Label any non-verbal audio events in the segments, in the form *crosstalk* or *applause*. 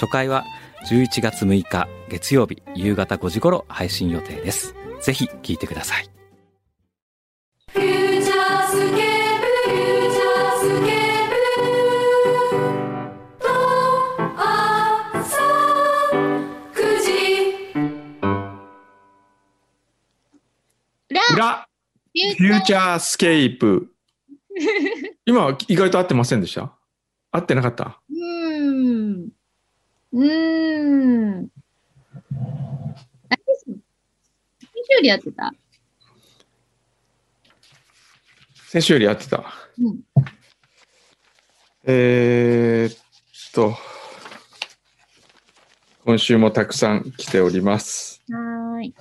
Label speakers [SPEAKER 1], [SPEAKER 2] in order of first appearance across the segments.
[SPEAKER 1] 初回は11月6日月曜日夕方5時頃配信予定ですぜひ聞いてください
[SPEAKER 2] フューチャースケープ、フューチャースケープ、と朝9時。
[SPEAKER 3] 裏
[SPEAKER 4] フ
[SPEAKER 3] フューチャースケープ。今は意外と合ってませんでした合ってなかった
[SPEAKER 4] うーん。うーん。あれですよ。先週よりやってた。
[SPEAKER 3] 先週より合ってた。
[SPEAKER 4] うん
[SPEAKER 3] えーっと、今週もたくさん来ております。
[SPEAKER 4] はーい。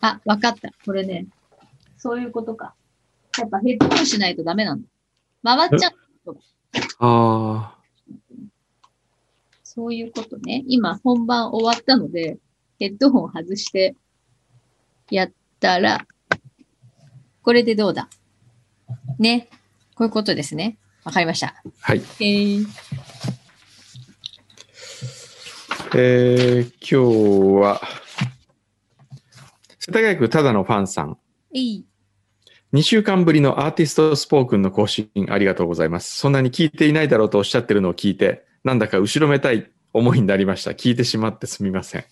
[SPEAKER 4] あ、わかった。これね。そういうことか。やっぱヘッドホンしないとダメなんだ。回っちゃう。
[SPEAKER 3] ああ。
[SPEAKER 4] そういうことね。今、本番終わったので、ヘッドホン外して、やったら、これでどうだね。こういうことですね。わかりました。
[SPEAKER 3] はい。
[SPEAKER 4] えー、
[SPEAKER 3] えー、今日は、世田谷区ただのファンさん。
[SPEAKER 4] えい。
[SPEAKER 3] 2週間ぶりのアーティストスポークンの更新ありがとうございます。そんなに聞いていないだろうとおっしゃってるのを聞いて、なんだか後ろめたい思いになりました。聞いてしまってすみません。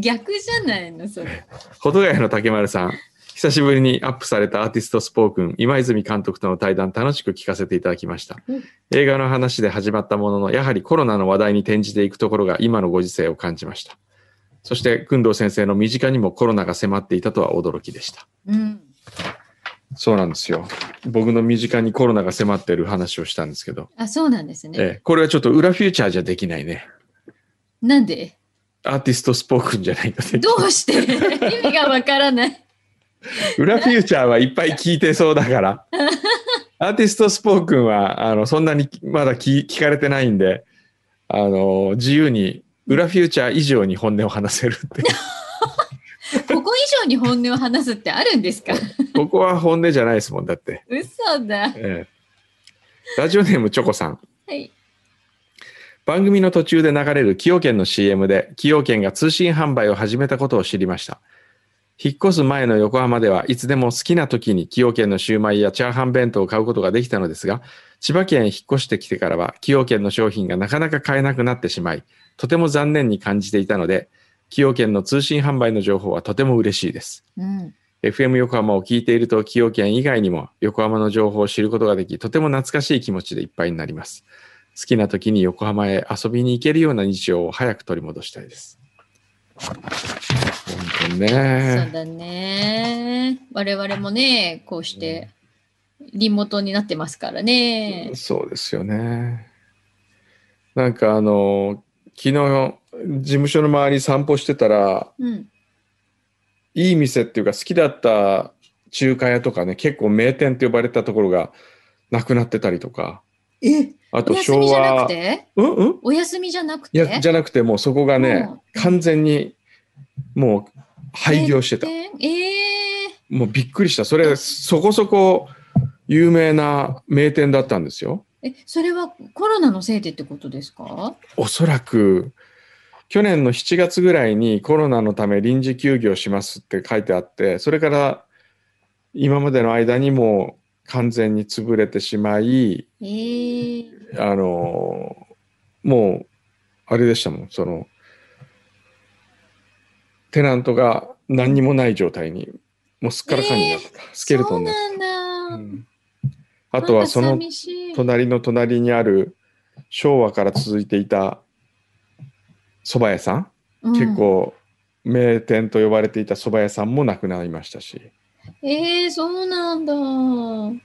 [SPEAKER 4] 逆じゃないの、それ。
[SPEAKER 3] 保土ヶ谷の竹丸さん、久しぶりにアップされたアーティストスポークン、今泉監督との対談楽しく聞かせていただきました
[SPEAKER 4] うん。
[SPEAKER 3] 映画の話で始まったものの、やはりコロナの話題に転じていくところが今のご時世を感じました。そして、工藤先生の身近にもコロナが迫っていたとは驚きでした。
[SPEAKER 4] うん。
[SPEAKER 3] そうなんですよ。僕の身近にコロナが迫っている話をしたんですけど、
[SPEAKER 4] あ、そうなんですね。
[SPEAKER 3] ええ、これはちょっと裏フューチャーじゃできないね。
[SPEAKER 4] なんで
[SPEAKER 3] アーティストスポークンじゃないので、
[SPEAKER 4] どうして *laughs* 意味がわからない。
[SPEAKER 3] 裏フューチャーはいっぱい聞いてそうだから。アーティストスポークンは、あの、そんなにまだ聞聞かれてないんで、あの、自由に、裏フューチャー以上に本音を話せるって。
[SPEAKER 4] ここ以上に本音を話すってあるんですか
[SPEAKER 3] ここは本音じゃないですもん、だって。
[SPEAKER 4] 嘘だ。
[SPEAKER 3] ええ、ラジオネームチョコさん。
[SPEAKER 4] はい。
[SPEAKER 3] 番組の途中で流れる崎陽軒の CM で崎陽軒が通信販売を始めたことを知りました引っ越す前の横浜ではいつでも好きな時に崎陽軒のシューマイやチャーハン弁当を買うことができたのですが千葉県へ引っ越してきてからは崎陽軒の商品がなかなか買えなくなってしまいとても残念に感じていたので崎陽軒の通信販売の情報はとても嬉しいです
[SPEAKER 4] うん。
[SPEAKER 3] FM 横浜を聞いていると崎陽軒以外にも横浜の情報を知ることができとても懐かしい気持ちでいっぱいになります好きな時に横浜へ遊びに行けるような日常を早く取り戻したいです本当に
[SPEAKER 4] そう
[SPEAKER 3] ね
[SPEAKER 4] だね。我々もね、こうして、リモートになってますからね。
[SPEAKER 3] そうですよねなんかあの昨日事務所の周り散歩してたら
[SPEAKER 4] うん。
[SPEAKER 3] いい店っていうか好きだった中華屋とかね結構名店って呼ばれたところがなくなってたりとか
[SPEAKER 4] え
[SPEAKER 3] あ
[SPEAKER 4] お
[SPEAKER 3] と
[SPEAKER 4] 休
[SPEAKER 3] 昭
[SPEAKER 4] みじゃな
[SPEAKER 3] 和
[SPEAKER 4] くて
[SPEAKER 3] うんうん
[SPEAKER 4] お休みじゃなく
[SPEAKER 3] い
[SPEAKER 4] て
[SPEAKER 3] や、じゃなくて、もうそこがね、完全にもう廃業してた。
[SPEAKER 4] えーえ
[SPEAKER 3] もうびっくりした。それ、そこそこ有名な名店だったんですよ。
[SPEAKER 4] ーえ、それはコロナのせいでってことですか
[SPEAKER 3] おそらく、去年の7月ぐらいにコロナのため臨時休業しますって書いてあって、それから今までの間にもう完全に潰れてしまい、
[SPEAKER 4] えー、
[SPEAKER 3] あのもう、あれでしたもん、その、テナントが何にもない状態に、もうすっからかんになってた、スケルトンで、
[SPEAKER 4] そうなんだ。
[SPEAKER 3] うんあとはそ
[SPEAKER 4] な
[SPEAKER 3] の
[SPEAKER 4] んか寂しい
[SPEAKER 3] 隣の隣にある昭和から続いていた蕎麦屋さん、
[SPEAKER 4] うん
[SPEAKER 3] 結構名店と呼ばれていた蕎麦屋さんもなくなりましたし、
[SPEAKER 4] えー、そうなんだ。
[SPEAKER 3] も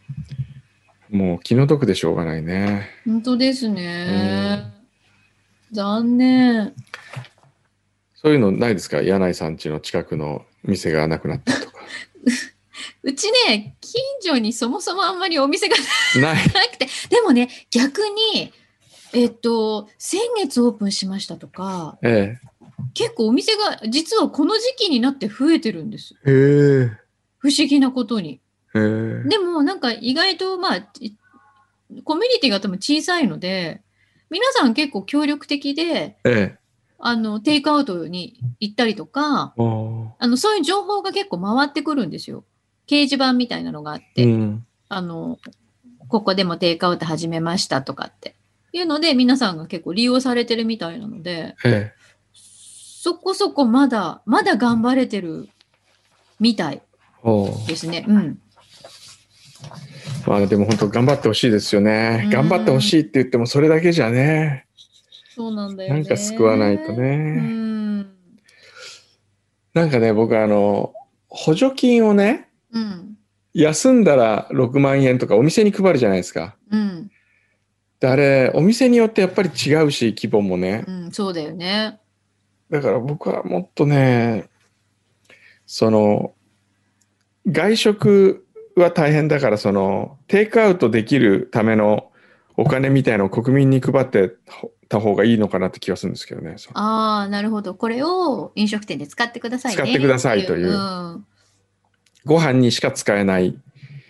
[SPEAKER 3] う気の毒でしょうがないね。
[SPEAKER 4] 本当ですね。残念。
[SPEAKER 3] そういうのないですか柳井さん家の近くの店がなくなった
[SPEAKER 4] *laughs*
[SPEAKER 3] とか。
[SPEAKER 4] うちね、近所にそもそもあんまりお店が
[SPEAKER 3] ない。
[SPEAKER 4] なくて、でもね、逆に、えっと、先月オープンしましたとか、
[SPEAKER 3] え
[SPEAKER 4] 結構お店が、実はこの時期になって増えてるんです。
[SPEAKER 3] え。へえ。
[SPEAKER 4] 不思議なことに。
[SPEAKER 3] へえ。
[SPEAKER 4] でも、なんか意外と、まあ、ちコミュニティが多分小さいので、皆さん結構協力的で、
[SPEAKER 3] ええ。
[SPEAKER 4] あの、テイクアウトに行ったりとか、
[SPEAKER 3] あー
[SPEAKER 4] あの、そういう情報が結構回ってくるんですよ。掲示板みたいなのがあって。
[SPEAKER 3] うん。
[SPEAKER 4] あの、ここでもテイクアウト始めましたとかっていうので、皆さんが結構利用されてるみたいなので、
[SPEAKER 3] え
[SPEAKER 4] そこそこまだ、まだ頑張れてるみたい
[SPEAKER 3] え。おー
[SPEAKER 4] ですね。うん。
[SPEAKER 3] まあでも本当頑張ってほしいですよね
[SPEAKER 4] う。ん
[SPEAKER 3] 頑張ってほしいって言ってもそれだけじゃね、
[SPEAKER 4] そうなんだよ
[SPEAKER 3] な
[SPEAKER 4] ね。
[SPEAKER 3] んか救わないと
[SPEAKER 4] う
[SPEAKER 3] ね。
[SPEAKER 4] ん。
[SPEAKER 3] なんかね、僕あの、補助金をね、
[SPEAKER 4] うん。
[SPEAKER 3] 休んだら6万円とかお店に配るじゃないですか。
[SPEAKER 4] うん。
[SPEAKER 3] で、あれ、お店によってやっぱり違うし、規模もね。
[SPEAKER 4] うん。そうだよね。
[SPEAKER 3] だから僕はもっとね、その、外食は大変だから、その、テイクアウトできるためのお金みたいのを国民に配ってた方がいいのかなって気がするんですけどね。その
[SPEAKER 4] ああ、なるほど。これを飲食店で使ってくださいね。
[SPEAKER 3] 使ってくださいという
[SPEAKER 4] うん
[SPEAKER 3] ご飯にしか使えない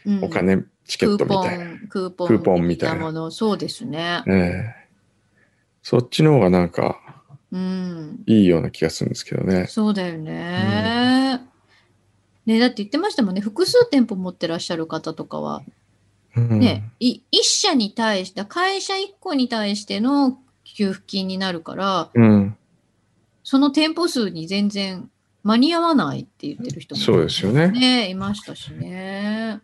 [SPEAKER 4] うん
[SPEAKER 3] お金、チケットみたいな。
[SPEAKER 4] クーポン、
[SPEAKER 3] クーポンみたいな
[SPEAKER 4] もの。そうですね。
[SPEAKER 3] ええそっちの方がなんか
[SPEAKER 4] うん。
[SPEAKER 3] いいような気がするんですけどね。
[SPEAKER 4] そうだよね。ね、だって言ってましたもんね、複数店舗持ってらっしゃる方とかは、
[SPEAKER 3] うん
[SPEAKER 4] ね、い一社に対して、会社一個に対しての給付金になるから、
[SPEAKER 3] うん。
[SPEAKER 4] その店舗数に全然間に合わないって言ってる人も
[SPEAKER 3] そうですよね。
[SPEAKER 4] ね、いましたしね。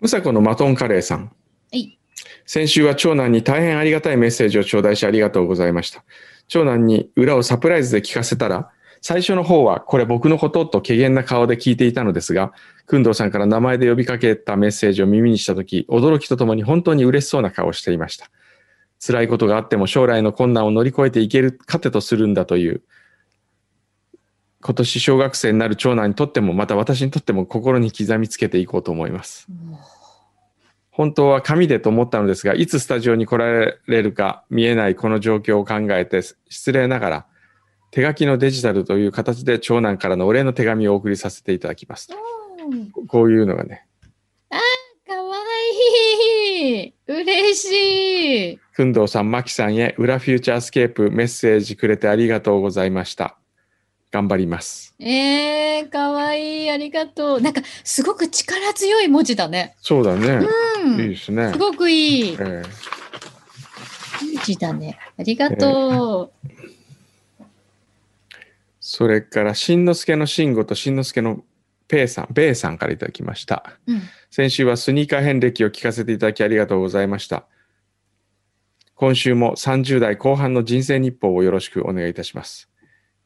[SPEAKER 3] むさこのマトンカレーさん。
[SPEAKER 4] はい。
[SPEAKER 3] 先週は長男に大変ありがたいメッセージを頂戴しありがとうございました。長男に裏をサプライズで聞かせたら、最初の方はこれ僕のことと怪訝な顔で聞いていたのですが、くんどうさんから名前で呼びかけたメッセージを耳にしたとき、驚きとともに本当に嬉しそうな顔をしていました。辛いことがあっても将来の困難を乗り越えていける糧とするんだという、今年小学生になる長男にとっても、また私にとっても心に刻みつけていこうと思います。
[SPEAKER 4] も
[SPEAKER 3] 本当は紙でと思ったのですが、いつスタジオに来られるか見えないこの状況を考えて、失礼ながら、手書きのデジタルという形で長男からのお礼の手紙をお送りさせていただきます。
[SPEAKER 4] ううん
[SPEAKER 3] こういうのがね、
[SPEAKER 4] かわいい嬉しい
[SPEAKER 3] くんどうさん、まきさんへ、裏フューチャースケープメッセージくれてありがとうございました。頑張ります。
[SPEAKER 4] えー、かわいい、ありがとう。なんか、すごく力強い文字だね。
[SPEAKER 3] そうだね。
[SPEAKER 4] うん。
[SPEAKER 3] いいですね
[SPEAKER 4] す。ごくいい
[SPEAKER 3] え。え
[SPEAKER 4] いい字だね。ありがとう。
[SPEAKER 3] それから、しんのすけのしんごとしんのすけのぺいさん、べいさんからいただきました。
[SPEAKER 4] うん、
[SPEAKER 3] 先週はスニーカー遍歴を聞かせていただきありがとうございました。今週も30代後半の人生日報をよろしくお願いいたします。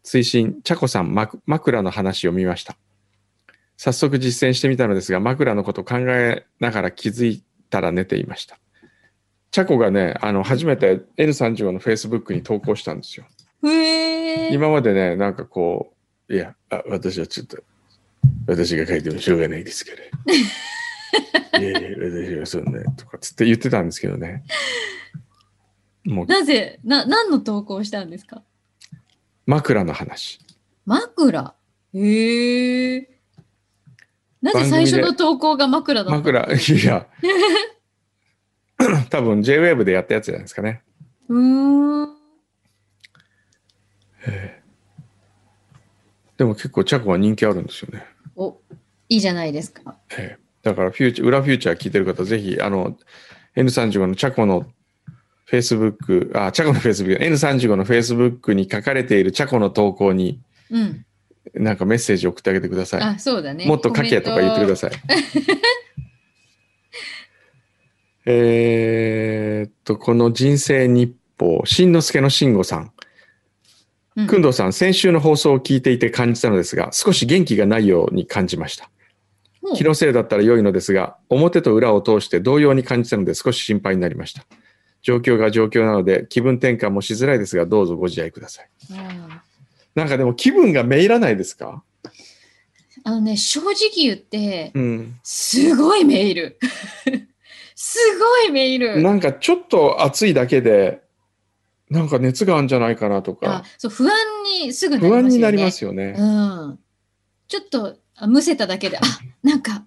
[SPEAKER 3] 追伸、茶子さん、まく枕の話を見ました。早速実践してみたのですが、枕のことを考えながら気づいたら寝ていました。茶子がね、あの、初めて N35 の Facebook に投稿したんですよ。
[SPEAKER 4] へえ。
[SPEAKER 3] 今までね、なんかこう、いや、あ私はちょっと、私が書いてもしょうがないですから。いやいや、私はそんな、とかつって言ってたんですけどね。もう、
[SPEAKER 4] なぜ、な、何の投稿をしたんですか
[SPEAKER 3] 枕の話。
[SPEAKER 4] 枕。へえ。なぜ
[SPEAKER 3] 番組で
[SPEAKER 4] 最初の投稿が枕だった
[SPEAKER 3] 枕、いや、多分 JWAVE でやったやつじゃないですかね。
[SPEAKER 4] うーん。
[SPEAKER 3] でも結構、チャコは人気あるんですよね。
[SPEAKER 4] お、いいじゃないですか。
[SPEAKER 3] ええだから、フューチャー、裏フューチャー聞いてる方、ぜひ、あの、N35 のチャコの Facebook、あ、チャコの Facebook、N35 の Facebook に書かれているチャコの投稿に、
[SPEAKER 4] うん。
[SPEAKER 3] なんかメッセージ送ってあげてくださ
[SPEAKER 4] あ、そうだ
[SPEAKER 3] い。
[SPEAKER 4] ね。
[SPEAKER 3] もっと書けとか言ってくだ
[SPEAKER 4] さ
[SPEAKER 3] さい。 *laughs* えーっと、この人生日報、しんのすけのしんごさん。
[SPEAKER 4] い
[SPEAKER 3] *laughs* くんどうさん、先週の放送を聞いていて感じたのですが、少し元気がないように感じました。
[SPEAKER 4] うん
[SPEAKER 3] 気のせいだったら良いのですが、表と裏を通して同様に感じたので少し心配になりました。状況が状況なので気分転換もしづらいですが、どうぞご自愛ください。
[SPEAKER 4] あ
[SPEAKER 3] なんかでも気分がめいらないですか
[SPEAKER 4] ーあのね、正直言って、
[SPEAKER 3] うん。
[SPEAKER 4] すごいメー
[SPEAKER 3] *laughs*
[SPEAKER 4] ル。すごいメール。
[SPEAKER 3] なんかちょっと暑いだけで、なんか熱があるんじゃないかなと
[SPEAKER 4] あ
[SPEAKER 3] か、
[SPEAKER 4] そう不安にすぐ
[SPEAKER 3] 不安にな
[SPEAKER 4] なり
[SPEAKER 3] り
[SPEAKER 4] ま
[SPEAKER 3] ますすよね。
[SPEAKER 4] よね。うん、ちょっとあむせただけで、あなんか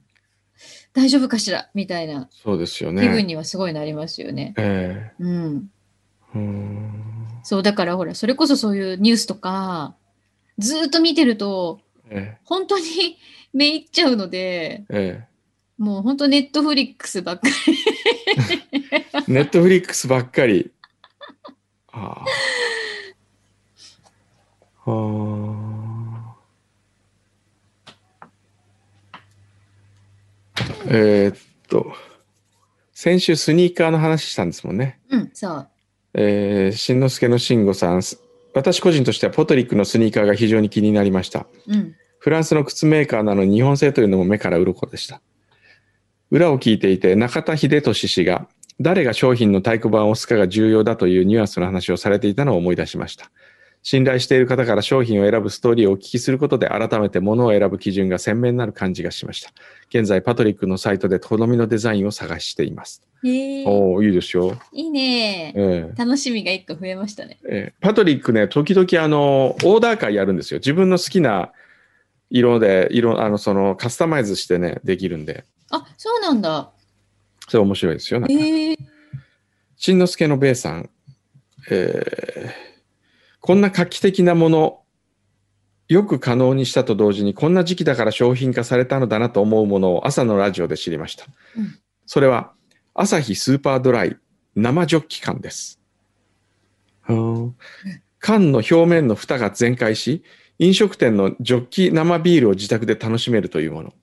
[SPEAKER 4] 大丈夫かしらみたいな
[SPEAKER 3] そうですよ
[SPEAKER 4] 気分
[SPEAKER 3] ね。
[SPEAKER 4] にはすごいなりますよね。
[SPEAKER 3] え
[SPEAKER 4] うん、
[SPEAKER 3] えうん
[SPEAKER 4] そうだからほら、それこそそういうニュースとか、ずーっと見てると、
[SPEAKER 3] え
[SPEAKER 4] 本当にめいっちゃうので、
[SPEAKER 3] ええ
[SPEAKER 4] もう本当ネットフリックスばっかり。
[SPEAKER 3] えネットフリックスばっかり。ああ。ああえーっと、先週スニーカーの話したんですもんね。
[SPEAKER 4] うん、そう。
[SPEAKER 3] えー、しんのすけのしんごさん。す私個人としてはポトリックのスニーカーが非常に気になりました。
[SPEAKER 4] うん。
[SPEAKER 3] フランスの靴メーカーなのに日本製というのも目から鱗でした。裏を聞いていて中田秀俊氏が誰が商品の太鼓判を押すかが重要だというニュアンスの話をされていたのを思い出しました。信頼している方から商品を選ぶストーリーをお聞きすることで改めて物を選ぶ基準が鮮明になる感じがしました。現在パトリックのサイトで好みのデザインを探しています。
[SPEAKER 4] へえ
[SPEAKER 3] おおいいですよ。
[SPEAKER 4] いいね
[SPEAKER 3] ええ
[SPEAKER 4] 楽しみが一個増えましたね。
[SPEAKER 3] えーパトリックね、時々あの、オーダー会やるんですよ。自分の好きな色で、色、あの、その、カスタマイズしてね、できるんで、
[SPEAKER 4] あ、そうなんだ。
[SPEAKER 3] それ面白いですよ。なんか
[SPEAKER 4] へえ
[SPEAKER 3] しんのすけのべいさん、えーこんな画期的なもの、よく可能にしたと同時に、こんな時期だから商品化されたのだなと思うものを朝のラジオで知りました。
[SPEAKER 4] うん
[SPEAKER 3] それは、アサヒスーパードライ生ジョッキ缶です。缶の表面の蓋が全開し、飲食店のジョッキ生ビールを自宅で楽しめるというもの。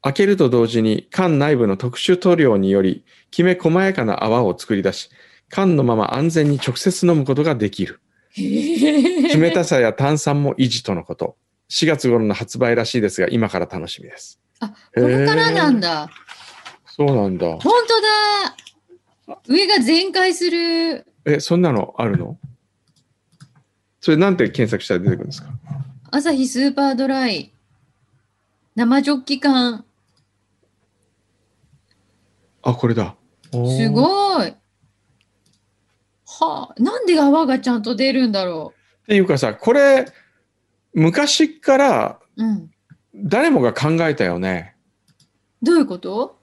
[SPEAKER 3] 開けると同時に缶内部の特殊塗料によりきめ細やかな泡を作り出し缶のまま安全に直接飲むことができる冷たさや炭酸も維持とのこと4月頃の発売らしいですが今から楽しみです
[SPEAKER 4] あ、これからなん
[SPEAKER 3] だ
[SPEAKER 4] だ。
[SPEAKER 3] そうなんだ
[SPEAKER 4] 本当だ。上が全開する。
[SPEAKER 3] えそんなのあるのそれなんて検索したら出てくるんですか
[SPEAKER 4] アサヒスーパードライ。生ジョッキ缶。
[SPEAKER 3] あこれだ
[SPEAKER 4] す
[SPEAKER 3] い
[SPEAKER 4] ごい。はあ、なんで泡がちゃんと出るんだろ
[SPEAKER 3] っていうかさこれ昔から
[SPEAKER 4] う。うん。
[SPEAKER 3] 誰もが考えたよね
[SPEAKER 4] どういうこと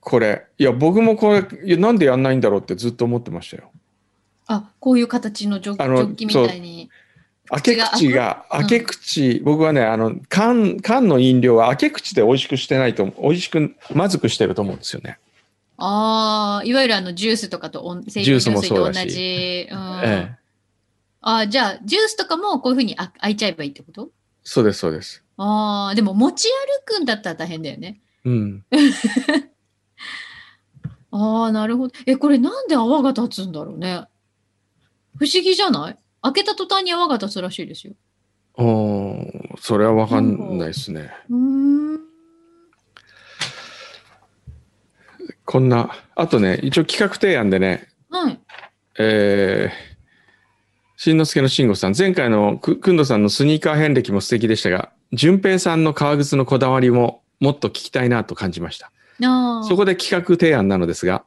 [SPEAKER 3] これいや僕もこれいやなんでやんないんだろうってずっと思ってましたよ
[SPEAKER 4] あ、こういう形のジョッキ
[SPEAKER 3] あの
[SPEAKER 4] ジョッキみたいに。
[SPEAKER 3] 開け口が
[SPEAKER 4] うん
[SPEAKER 3] 開け口、僕はねあの缶缶の飲料は開け口で美味しくしてないと美味しくまずくしてると思うんですよね、
[SPEAKER 4] ああ、いわゆるあのジュースとかとおん、成
[SPEAKER 3] ジュースも
[SPEAKER 4] と
[SPEAKER 3] そう
[SPEAKER 4] 同
[SPEAKER 3] だし
[SPEAKER 4] じ。うん。
[SPEAKER 3] ええ
[SPEAKER 4] あーじゃあ、ジュースとかもこういうふうにあ開いちゃえばいいってこと
[SPEAKER 3] そうですそうです
[SPEAKER 4] ああ、でも持ち歩くんだったら大変だよね。
[SPEAKER 3] うん
[SPEAKER 4] ああ、なるほど。え、これなんで泡が立つんだろうね。不思議じゃない開けた途端に泡が立つらしいですよ。
[SPEAKER 3] おーそれは分かんないですね
[SPEAKER 4] うーん。
[SPEAKER 3] こんなあとね一応企画提案でね
[SPEAKER 4] はい。
[SPEAKER 3] えー、しんのすけのしんごさん、前回のくくんどさんのスニーカー遍歴も素敵でしたが、淳平さんの革靴のこだわりももっと聞きたいなと感じました。
[SPEAKER 4] あ
[SPEAKER 3] そこで企画提案なのですが、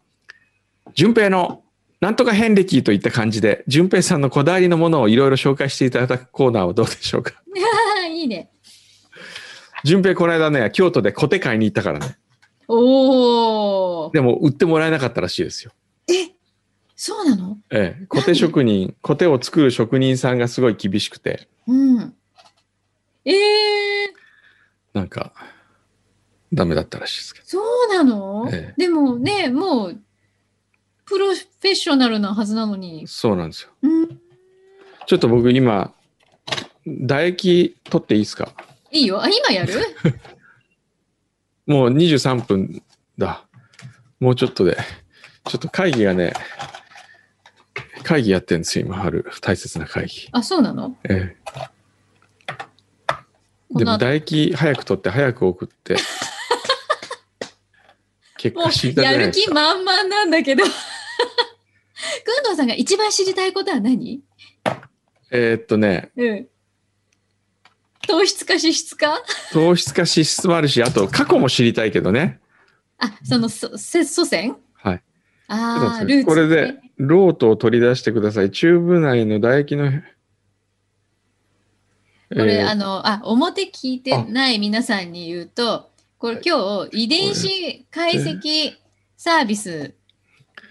[SPEAKER 3] 淳平のなんとか遍歴といった感じで、淳平さんのこだわりのものをいろいろ紹介していただくコーナーはどうでしょうか。 *laughs*
[SPEAKER 4] あ、 *laughs* いいね。
[SPEAKER 3] 淳平この間ね、京都でコテ買いに行ったからね。
[SPEAKER 4] おお。
[SPEAKER 3] でも売ってもらえなかったらしいですよ。
[SPEAKER 4] そうなの
[SPEAKER 3] ええ、コテ職人、コテを作る職人さんがすごい厳しくて、
[SPEAKER 4] うん。ええー、
[SPEAKER 3] なんか、ダメだったらしいですけ
[SPEAKER 4] そうなの、
[SPEAKER 3] え
[SPEAKER 4] でもね、もう、プロフェッショナルなはずなのに
[SPEAKER 3] ど。。そうなんですよ。
[SPEAKER 4] うん。
[SPEAKER 3] ちょっと僕今、唾液取っていいですか
[SPEAKER 4] いいよ。あ、今やる
[SPEAKER 3] もう23分だ。もうちょっとで。ちょっと会議がね、会議やってるんですよ、今、春。大切な会議。
[SPEAKER 4] あ、そうなの
[SPEAKER 3] え
[SPEAKER 4] こ
[SPEAKER 3] で
[SPEAKER 4] の
[SPEAKER 3] も
[SPEAKER 4] 後
[SPEAKER 3] 唾液早く取って早く
[SPEAKER 4] *laughs*
[SPEAKER 3] 送って。結
[SPEAKER 4] も
[SPEAKER 3] 果知りた
[SPEAKER 4] う
[SPEAKER 3] く
[SPEAKER 4] や
[SPEAKER 3] ない
[SPEAKER 4] る
[SPEAKER 3] です
[SPEAKER 4] 気
[SPEAKER 3] か
[SPEAKER 4] 満々なんだけど。くんどうさんが一番知りたいことは何
[SPEAKER 3] えーっとね、
[SPEAKER 4] うん。糖質か脂質か
[SPEAKER 3] 糖質か脂質もあるし、あと過去も知りたいけどね。
[SPEAKER 4] あ、その、そせ祖先
[SPEAKER 3] はい。
[SPEAKER 4] ああ、
[SPEAKER 3] ちょっと待って
[SPEAKER 4] ルーツ、ね。
[SPEAKER 3] これで、ロートを取り出してください。チューブ内の唾液の。
[SPEAKER 4] これ、
[SPEAKER 3] えー
[SPEAKER 4] あの、あ、表聞いてない皆さんに言うと、これ今日、遺伝子解析サービス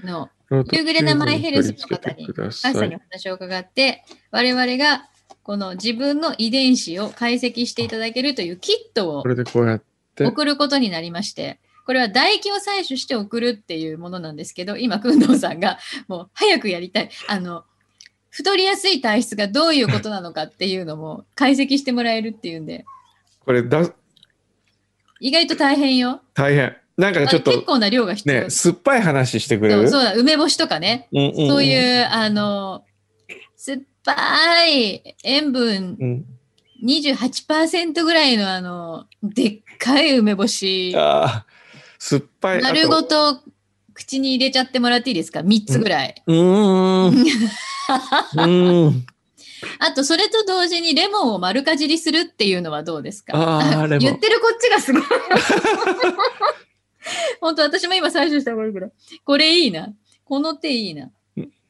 [SPEAKER 4] の
[SPEAKER 3] ロート
[SPEAKER 4] 夕暮れなマイヘルスの
[SPEAKER 3] チューブ
[SPEAKER 4] 方
[SPEAKER 3] 内
[SPEAKER 4] に
[SPEAKER 3] 取り付けてくださ
[SPEAKER 4] 高橋さんに
[SPEAKER 3] い
[SPEAKER 4] お話を伺って、我々がこの自分の遺伝子を解析していただけるというキットを
[SPEAKER 3] これでこうやって。で
[SPEAKER 4] 送ることになりまして、これは唾液を採取して送るっていうものなんですけど、今、工藤さんがもう早くやりたい。あの、太りやすい体質がどういうことなのかっていうのも解析してもらえるっていうんで、
[SPEAKER 3] これだ、
[SPEAKER 4] 意外と大変よ。
[SPEAKER 3] 大変。なんか
[SPEAKER 4] まあ
[SPEAKER 3] ちょっ
[SPEAKER 4] 結
[SPEAKER 3] と、
[SPEAKER 4] 構な量が必要。
[SPEAKER 3] ね、酸っぱい話してくれ
[SPEAKER 4] そう
[SPEAKER 3] る
[SPEAKER 4] そうだ、梅干しとかね。
[SPEAKER 3] うんうんうん
[SPEAKER 4] そういう、あの、酸っぱい塩分
[SPEAKER 3] うん
[SPEAKER 4] 28%ぐらいのあの、でっかい梅干し、
[SPEAKER 3] あー酸っぱい。
[SPEAKER 4] 丸ご
[SPEAKER 3] あと
[SPEAKER 4] と口に入れちゃってもらっていいですか ?3 つぐらい。*laughs*
[SPEAKER 3] うーん。うーん。
[SPEAKER 4] あと、それと同時にレモンを丸かじりするっていうのはどうですか
[SPEAKER 3] あーレモン
[SPEAKER 4] 言ってるこっちがすごい。 *laughs* 本当、私も今採取した方がいいぐらい。これいいな。この手いいな。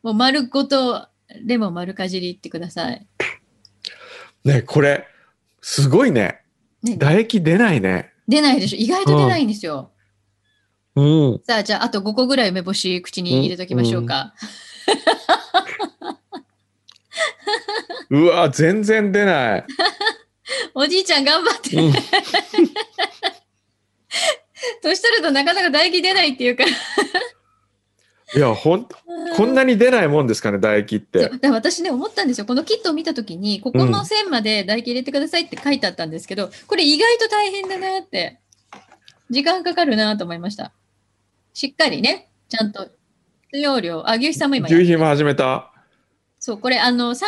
[SPEAKER 4] もう丸ごとレモン丸かじりいってください。
[SPEAKER 3] ね、これ、すごいね。
[SPEAKER 4] ね
[SPEAKER 3] 唾液出ないね。
[SPEAKER 4] 出ないでしょ意外と出ないんですよ。
[SPEAKER 3] うん。
[SPEAKER 4] さあ、じゃあ、あと5個ぐらい梅干し口に入れときましょうか。
[SPEAKER 3] うわ、全然出ない。
[SPEAKER 4] おじいちゃん頑張って。 *laughs*
[SPEAKER 3] うん
[SPEAKER 4] 年取るとなかなか唾液出ないっていうか
[SPEAKER 3] いや、ほん、こんなに出ないもんですかね、唾液っ
[SPEAKER 4] そう
[SPEAKER 3] て。
[SPEAKER 4] だから私ね、思ったんですよ。このキットを見たときに、ここの線まで唾液入れてくださいって書いてあったんですけど、これ意外と大変だなって、時間かかるなと思いました。しっかりね、ちゃんと、容量、あ、牛肥さんも今や
[SPEAKER 3] 牛皮も始めた。
[SPEAKER 4] そう、これあの、30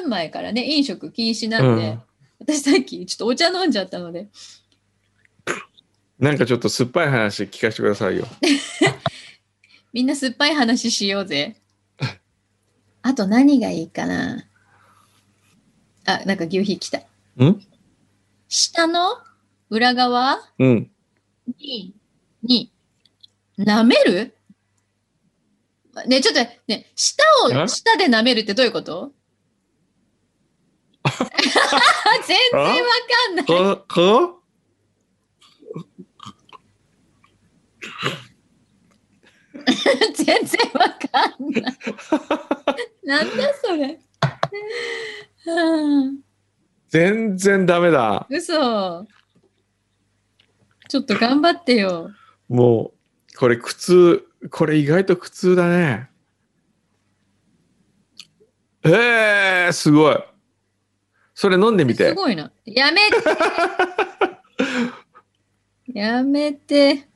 [SPEAKER 4] 分前からね、飲食禁止なんで、
[SPEAKER 3] うん
[SPEAKER 4] 私さっきちょっとお茶飲んじゃったので、
[SPEAKER 3] なんかちょっと酸っぱい話聞かせてくださいよ。
[SPEAKER 4] みんな酸っぱい話しようぜ。あと何がいいかなあ、なんか牛皮来た。
[SPEAKER 3] ん
[SPEAKER 4] 下の裏側
[SPEAKER 3] うん。
[SPEAKER 4] に、に、舐めるね、ちょっと待って、ね、舌を
[SPEAKER 3] え
[SPEAKER 4] 舌で舐めるってどういうこと全然わかんない。
[SPEAKER 3] こ、こ
[SPEAKER 4] 全然わかんない。なんだそ
[SPEAKER 3] *laughs*
[SPEAKER 4] れ。うん
[SPEAKER 3] 全然ダメだ。
[SPEAKER 4] 嘘。ちょっと頑張ってよ。
[SPEAKER 3] もう、これ苦痛、これ意外と苦痛だね。えー、すごい。それ飲んでみ
[SPEAKER 4] す
[SPEAKER 3] て。
[SPEAKER 4] ごいな。や
[SPEAKER 3] *laughs*
[SPEAKER 4] めて。やめて。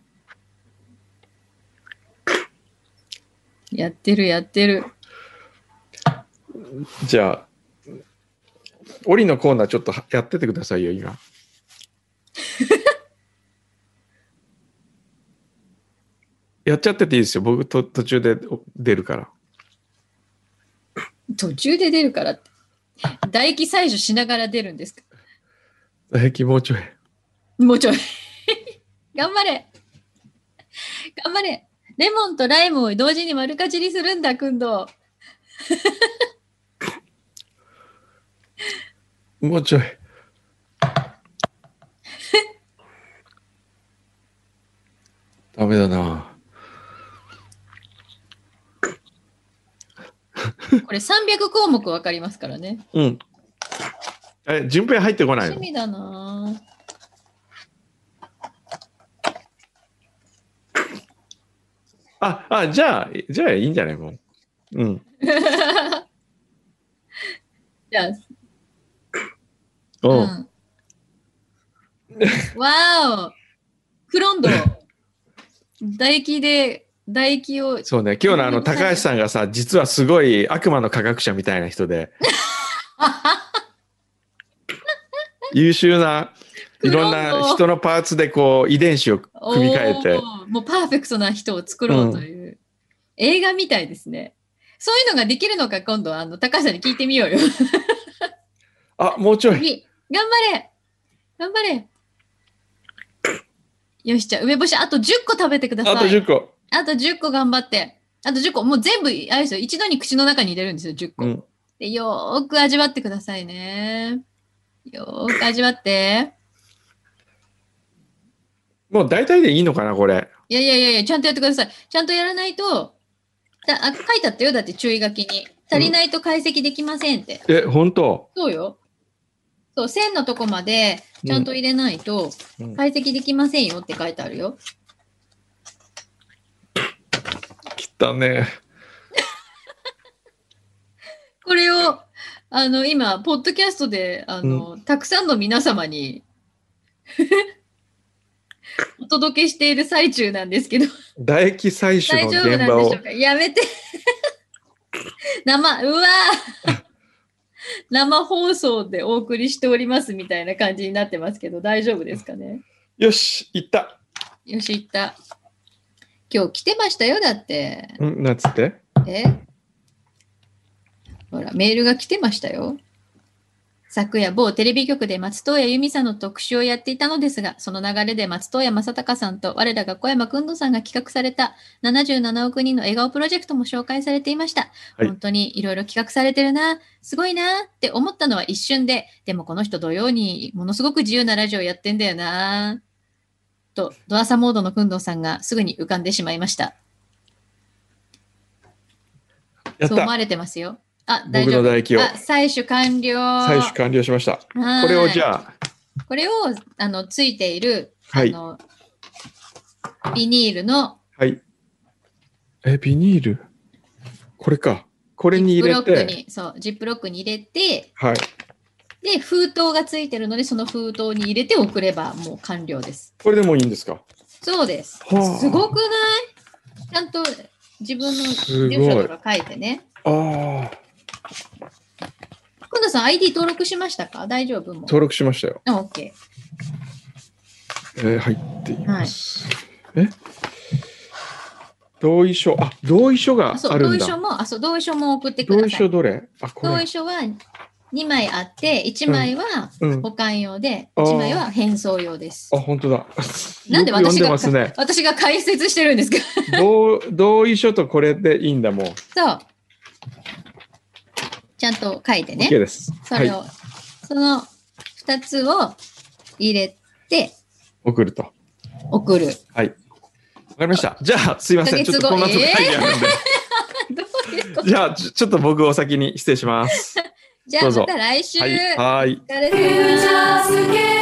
[SPEAKER 4] やってるやってる。
[SPEAKER 3] じゃあ、オリのコーナーちょっとやっててください
[SPEAKER 4] *laughs*
[SPEAKER 3] よ、今。やっちゃってていいですよ。僕と途中でお出るから。
[SPEAKER 4] 途中で出るからって。唾液採取しながら出るんですか
[SPEAKER 3] 唾液もうちょい。
[SPEAKER 4] もうちょい。 *laughs* 頑張れ。頑張れ。レモンとライムを同時に丸かじりするんだ、くんど
[SPEAKER 3] もうちょい。 *laughs* ダメだな。
[SPEAKER 4] これ300項目わかりますからね。
[SPEAKER 3] うん。え、順平入ってこない
[SPEAKER 4] 趣
[SPEAKER 3] の
[SPEAKER 4] 味だな
[SPEAKER 3] あ、あ、じゃあ、じゃあいいんじゃないもう。うん。
[SPEAKER 4] じゃあ、
[SPEAKER 3] おう
[SPEAKER 4] うん。わおクロンド。唾液で、唾液を、
[SPEAKER 3] そうね、今日のあ
[SPEAKER 4] う
[SPEAKER 3] の
[SPEAKER 4] ん最後
[SPEAKER 3] 高橋さんがさ、実はす
[SPEAKER 4] *laughs*
[SPEAKER 3] ごい悪魔の科学者みたいな人で、優秀ないろんな人のパーツでこう遺伝子を組み替えて
[SPEAKER 4] おーもうパーフェクトな人を作ろうという、映画みたいですねそういうのができるのか今度あの高橋さんに聞いてみよう
[SPEAKER 3] *laughs*
[SPEAKER 4] よ
[SPEAKER 3] あもうちょい
[SPEAKER 4] 次頑張れ頑張れよしじゃあ梅干しあと10個食べてください
[SPEAKER 3] あと10個、
[SPEAKER 4] あと10個頑張って。あと10個。もう全部、あれですよ。一度に口の中に入れるんですよ、10個。
[SPEAKER 3] うん
[SPEAKER 4] でよーく味わってくださいね。よーく味わって。
[SPEAKER 3] もう大体でいいのかなこれ
[SPEAKER 4] いやいやいやいや、ちゃんとやってください。ちゃんとやらないと、だあ書いてあったよ。だって注意書きに。足りないと解析できませんって。
[SPEAKER 3] え本当
[SPEAKER 4] そうよ。そう、線のとこまでちゃんと入れないと
[SPEAKER 3] うん
[SPEAKER 4] 解析できませんよって書いてあるよ。
[SPEAKER 3] 切ったね
[SPEAKER 4] これをあの今ポッドキャストであの、たくさんの皆様に *laughs* お届けしている最中なんですけど
[SPEAKER 3] 唾液採取
[SPEAKER 4] 大
[SPEAKER 3] の
[SPEAKER 4] 丈夫
[SPEAKER 3] 現
[SPEAKER 4] なん
[SPEAKER 3] 場
[SPEAKER 4] で
[SPEAKER 3] を
[SPEAKER 4] しょうかやめて *laughs* 生うわー *laughs* 生放送でお送りしておりますみたいな感じになってますけど大丈夫ですかね
[SPEAKER 3] よし行った
[SPEAKER 4] よし行った今日来てましたよだって
[SPEAKER 3] んなんつって
[SPEAKER 4] えほら、メールが来てましたよ。昨夜、某テレビ局で松任谷由実さんの特集をやっていたのですが、その流れで松任谷正隆さんと我らが小山君堂さんが企画された77億人の笑顔プロジェクトも紹介されていました。
[SPEAKER 3] はい
[SPEAKER 4] 本当にいろいろ企画されてるな、すごいなって思ったのは一瞬で、でもこの人土曜にものすごく自由なラジオやってんだよなと、ドアサモードの君堂さんがすぐに浮かんでしまいました。
[SPEAKER 3] やっ
[SPEAKER 4] そう思
[SPEAKER 3] た
[SPEAKER 4] われてますよ。あ、大
[SPEAKER 3] 僕
[SPEAKER 4] 丈
[SPEAKER 3] の
[SPEAKER 4] 夫。
[SPEAKER 3] 唾液を
[SPEAKER 4] あ、採取完了。
[SPEAKER 3] 採取完了しました
[SPEAKER 4] はい
[SPEAKER 3] これをじゃあ
[SPEAKER 4] これを、あの、ついている、
[SPEAKER 3] はい
[SPEAKER 4] あの、ビニールの
[SPEAKER 3] はいえビニールこれかこれに
[SPEAKER 4] ジップ
[SPEAKER 3] 入
[SPEAKER 4] ロ
[SPEAKER 3] れ
[SPEAKER 4] ック
[SPEAKER 3] て
[SPEAKER 4] に、そう、ジップロックに入れて、
[SPEAKER 3] はい
[SPEAKER 4] で、封筒がついてるので、その封筒に入れて送れば、もう完了です。
[SPEAKER 3] これでもういいんですか
[SPEAKER 4] そうです。
[SPEAKER 3] はあ
[SPEAKER 4] すごくないちゃんと自分の
[SPEAKER 3] すごい
[SPEAKER 4] 住所とか書いてね。
[SPEAKER 3] ああ
[SPEAKER 4] くんどさん、ID 登録しましたか大丈夫もう。
[SPEAKER 3] 登録しましたよ
[SPEAKER 4] あ、OK。
[SPEAKER 3] えー入っています。え同意書、あ、同意書が
[SPEAKER 4] あ、そ
[SPEAKER 3] あ
[SPEAKER 4] う、
[SPEAKER 3] る
[SPEAKER 4] 同
[SPEAKER 3] ん
[SPEAKER 4] 意
[SPEAKER 3] だ。
[SPEAKER 4] 書も、あ、そう、同意書も送ってくだ
[SPEAKER 3] 同
[SPEAKER 4] さ
[SPEAKER 3] 意
[SPEAKER 4] い。
[SPEAKER 3] 書どれあ、こ
[SPEAKER 4] 同
[SPEAKER 3] れ
[SPEAKER 4] 意。書は2枚あって、1枚は
[SPEAKER 3] うん。あ、
[SPEAKER 4] 保管用で、
[SPEAKER 3] あー
[SPEAKER 4] 1枚は変装用です。
[SPEAKER 3] 本当だ。
[SPEAKER 4] なんで
[SPEAKER 3] よく読ん
[SPEAKER 4] 私
[SPEAKER 3] で
[SPEAKER 4] が。
[SPEAKER 3] ますね
[SPEAKER 4] *laughs* 私が解説してるんですか *laughs*
[SPEAKER 3] 同同意書とこれでいいんだもん。
[SPEAKER 4] そう。ちゃんと書いてね。
[SPEAKER 3] OK です。
[SPEAKER 4] そ
[SPEAKER 3] は
[SPEAKER 4] れ
[SPEAKER 3] い
[SPEAKER 4] を、。その2つを入れて
[SPEAKER 3] 送ると。
[SPEAKER 4] 送る。
[SPEAKER 3] はい。わかりました。じゃあ、すいません。
[SPEAKER 4] 一
[SPEAKER 3] ち
[SPEAKER 4] ヶ月後
[SPEAKER 3] ょっとこんなとこ会議あるん
[SPEAKER 4] ど
[SPEAKER 3] で。
[SPEAKER 4] ういうこと *laughs*
[SPEAKER 3] じゃあ、ちょちょっと僕お先に失礼します。
[SPEAKER 4] じゃ
[SPEAKER 3] ど
[SPEAKER 4] あ
[SPEAKER 3] うぞ
[SPEAKER 4] また来週。
[SPEAKER 3] はい。はーい。
[SPEAKER 4] お疲れ様
[SPEAKER 2] フューチャースケープ